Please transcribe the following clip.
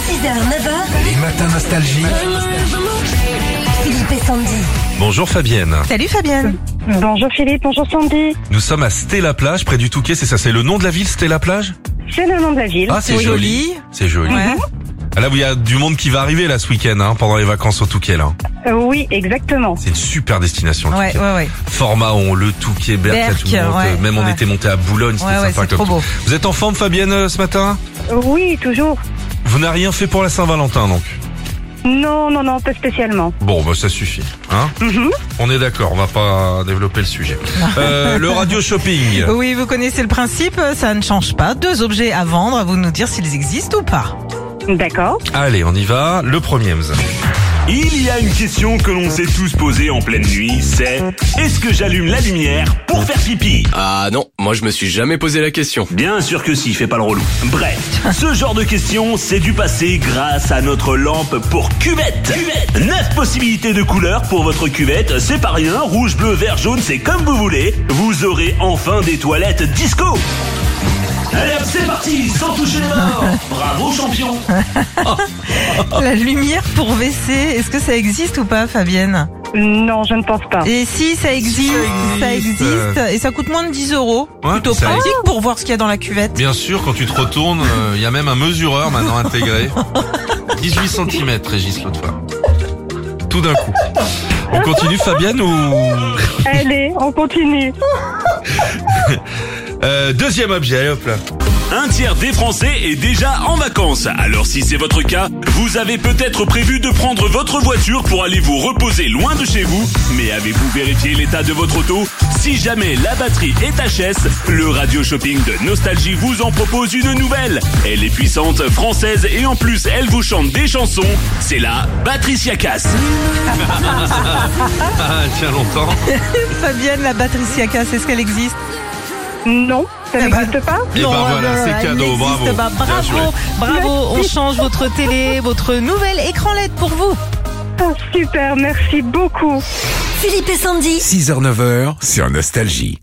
6h-9h, Les matins nostalgie. Philippe et Sandy. Bonjour Fabienne. Salut Fabienne. Bonjour Philippe, bonjour Sandy. Nous sommes à Stella Plage, près du Touquet, c'est ça, c'est le nom de la ville, Stella Plage C'est le nom de la ville. Ah, c'est Oui, joli. joli. C'est joli. Ah, Là, il y a du monde qui va arriver là ce week-end, hein, pendant les vacances au Touquet. Là, Euh, oui, exactement. c'est une super destination. Le Ouais, Touquet. ouais, ouais. Format on le Touquet, Berck, là, tout le Berck, monde. ouais, Même on ouais. était monté à Boulogne, c'était Ouais, ouais, sympa c'est comme trop tout. beau. Vous êtes en forme, Fabienne, euh, ce matin Euh, Oui, toujours. Vous n'avez rien fait pour la Saint-Valentin, donc. Non, non, non, pas spécialement. Bon, bah ça suffit, hein Mhm. On est d'accord, on va pas développer le sujet. Euh, le radio shopping. Oui, vous connaissez le principe, ça ne change pas. Deux objets à vendre, à vous nous dire s'ils existent ou pas. D'accord. Allez, on y va. Le premier. Mz. Il y a une question que l'on s'est tous posée en pleine nuit, c'est est-ce que j'allume la lumière pour faire pipi Ah non, moi je me suis jamais posé la question. Bien sûr que si, fais pas le relou. Bref, ce genre de question, c'est du passé grâce à notre lampe pour cuvette. Neuf 9 possibilités de couleurs pour votre cuvette, c'est pas rien, rouge, bleu, vert, jaune, c'est comme vous voulez. Vous aurez enfin des toilettes disco. Allez, hop, c'est parti, sans toucher les bords. Bravo champion. Ah. La lumière pour WC, est-ce que ça existe ou pas Fabienne Non, je ne pense pas. Et si ça existe, Ça ça existe. existe, et ça coûte moins de 10 euros. Ouais, Plutôt ça pratique pour voir ce qu'il y a dans la cuvette. Bien sûr, quand tu te retournes, euh, il y a même un mesureur maintenant intégré. 18 cm, Régis, l'autre fois. Tout d'un coup. On continue, Fabienne, ou... Allez, on continue. Euh, deuxième objet, allez, hop là. Un tiers des Français est déjà en vacances. Alors si c'est votre cas, vous avez peut-être prévu de prendre votre voiture pour aller vous reposer loin de chez vous. Mais avez-vous vérifié l'état de votre auto Si jamais la batterie est HS, le radio shopping de Nostalgie vous en propose une nouvelle. Elle est puissante, française et en plus elle vous chante des chansons. C'est la Patricia Cass. Ah, tiens, longtemps. Fabienne, la batterie Siaka, est-ce qu'elle existe Non, ça Eh ben, n'existe pas. Et ben voilà, elle c'est n'existe cadeau, bravo. pas. Bien joué. bravo, bravo, on change votre télé, votre nouvel écran LED pour vous. Oh, super, merci beaucoup. Philippe et Sandy. 6h-9h sur Nostalgie.